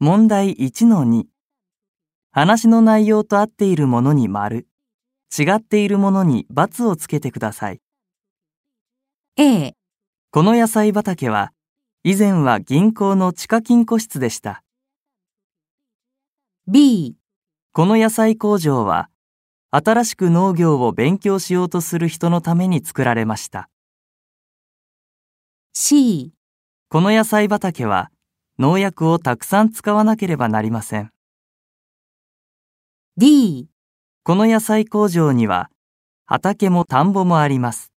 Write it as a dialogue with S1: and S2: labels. S1: 問題1-2話の内容と合っているものに丸、違っているものに×をつけてください。
S2: A、
S1: この野菜畑は、以前は銀行の地下金庫室でした。
S2: B、
S1: この野菜工場は、新しく農業を勉強しようとする人のために作られました。
S2: C、
S1: この野菜畑は、農薬をたくさん使わなければなりません。
S2: D。
S1: この野菜工場には、畑も田んぼもあります。